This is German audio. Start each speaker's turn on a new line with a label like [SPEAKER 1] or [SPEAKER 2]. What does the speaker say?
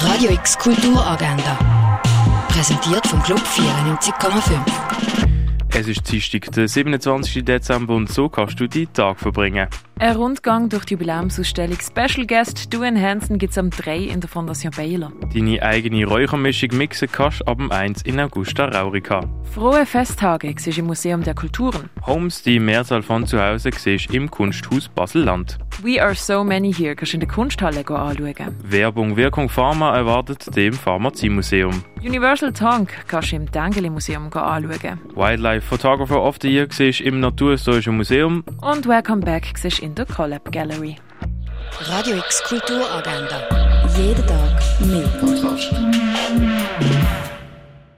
[SPEAKER 1] Radio X Kulturagenda. Präsentiert vom Club 94,5.
[SPEAKER 2] Es ist Dienstag, der 27. Dezember und so kannst du deinen Tag verbringen.
[SPEAKER 3] Ein Rundgang durch die Jubiläumsausstellung Special Guest Duane Hansen gibt es am 3 in der Fondation Baylor.
[SPEAKER 2] Deine eigene Räuchermischung mixen kannst du ab dem 1 in Augusta Raurica.
[SPEAKER 3] Frohe Festtage siehst im Museum der Kulturen.
[SPEAKER 2] Homes, die Mehrzahl von zu Hause siehst du im Kunsthaus Basel-Land.
[SPEAKER 3] We Are So Many Here kannst du in der Kunsthalle go anschauen.
[SPEAKER 2] Werbung Wirkung Pharma erwartet dem Pharmaziemuseum.
[SPEAKER 3] Universal Tank kannst du im Dengeli Museum go anschauen.
[SPEAKER 2] Wildlife Photographer of the Year siehst du im Naturhistorischen Museum.
[SPEAKER 3] Und Welcome Back siehst du in der Collab Gallery.
[SPEAKER 1] Radio X Kulturagenda. Jeden Tag mehr.